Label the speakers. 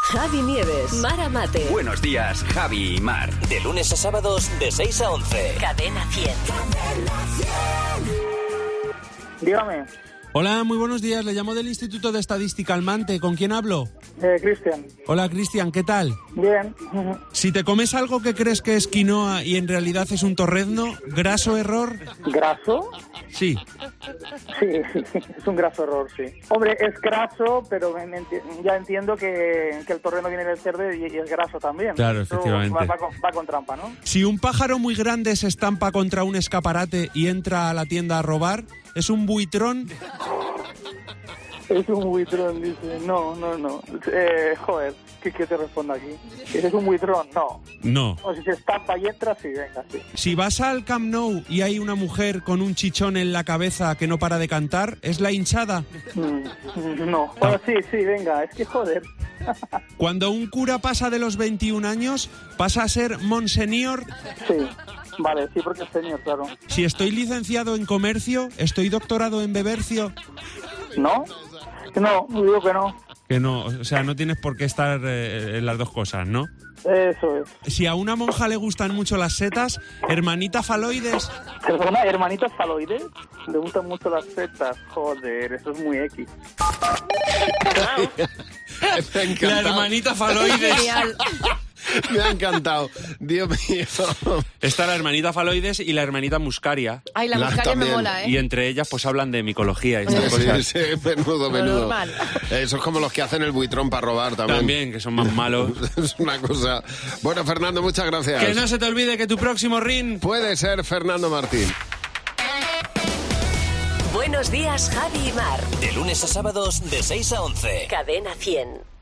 Speaker 1: Javi Nieves, Mara Mate,
Speaker 2: Buenos días, Javi y Mar.
Speaker 3: De lunes a sábados de 6 a 11.
Speaker 1: Cadena 100.
Speaker 4: Dígame,
Speaker 5: Hola, muy buenos días. Le llamo del Instituto de Estadística Almante. ¿Con quién hablo?
Speaker 4: eh, Cristian.
Speaker 5: Hola, Cristian, ¿qué tal?
Speaker 4: Bien.
Speaker 5: Si te comes algo que crees que es quinoa y en realidad es un torrezno, graso error.
Speaker 4: ¿Graso?
Speaker 5: Sí.
Speaker 4: Sí, es un graso error, sí. Hombre, es graso, pero me- me enti- ya entiendo que, que el torreno viene del cerdo y, y es graso también.
Speaker 5: Claro,
Speaker 4: Eso
Speaker 5: efectivamente.
Speaker 4: Va, va con, va con trampa, ¿no?
Speaker 5: Si un pájaro muy grande se estampa contra un escaparate y entra a la tienda a robar, es un buitrón.
Speaker 4: Es un buitrón, dice. No, no, no. Eh, joder, ¿qué, qué te respondo aquí? ¿Es un buitrón? No.
Speaker 5: No.
Speaker 4: O si se estampa y entra, sí, venga, sí.
Speaker 5: Si vas al Camp Nou y hay una mujer con un chichón en la cabeza que no para de cantar, es la hinchada.
Speaker 4: Mm, mm, No.
Speaker 5: Ah.
Speaker 4: Bueno, sí, sí, venga, es que joder.
Speaker 5: Cuando un cura pasa de los 21 años, pasa a ser monseñor.
Speaker 4: Sí. Vale, sí, porque es señor, claro.
Speaker 5: Si estoy licenciado en comercio, estoy doctorado en bebercio.
Speaker 4: ¿No? No, digo que no.
Speaker 5: Que no, o sea, no tienes por qué estar eh, en las dos cosas, ¿no?
Speaker 4: Eso es.
Speaker 5: Si a una monja le gustan mucho las setas, hermanita faloides.
Speaker 4: Perdona, hermanitas faloides. Le gustan mucho las setas. Joder, eso es muy X.
Speaker 6: Me ha encantado.
Speaker 5: faloides.
Speaker 6: Me ha encantado. Dios mío.
Speaker 5: Está la hermanita faloides y la hermanita muscaria.
Speaker 7: Ay, la
Speaker 6: Las
Speaker 7: muscaria me
Speaker 6: también.
Speaker 7: mola, ¿eh?
Speaker 5: Y entre ellas pues hablan de micología y
Speaker 6: Sí,
Speaker 5: estas cosas.
Speaker 6: sí, menudo, menudo.
Speaker 7: normal.
Speaker 6: Eh, Eso es como los que hacen el buitrón para robar también.
Speaker 5: También, que son más malos.
Speaker 6: Es una cosa. Bueno, Fernando, muchas gracias.
Speaker 5: Que no se te olvide que tu próximo ring...
Speaker 6: Puede ser Fernando Martín.
Speaker 1: Buenos días, Javi y Mar.
Speaker 3: De lunes a sábados de 6 a 11.
Speaker 1: Cadena 100.